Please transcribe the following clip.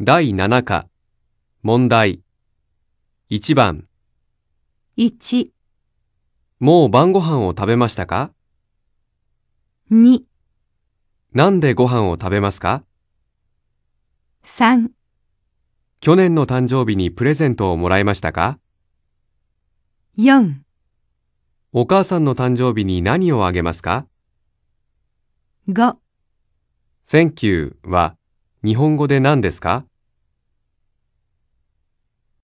第7課、問題。1番、 1、もう晩ご飯を食べましたか2、なんでご飯を食べますか3、去年の誕生日にプレゼントをもらいましたか4、お母さんの誕生日に何をあげますか5。 ?Thank you は日本語で何ですか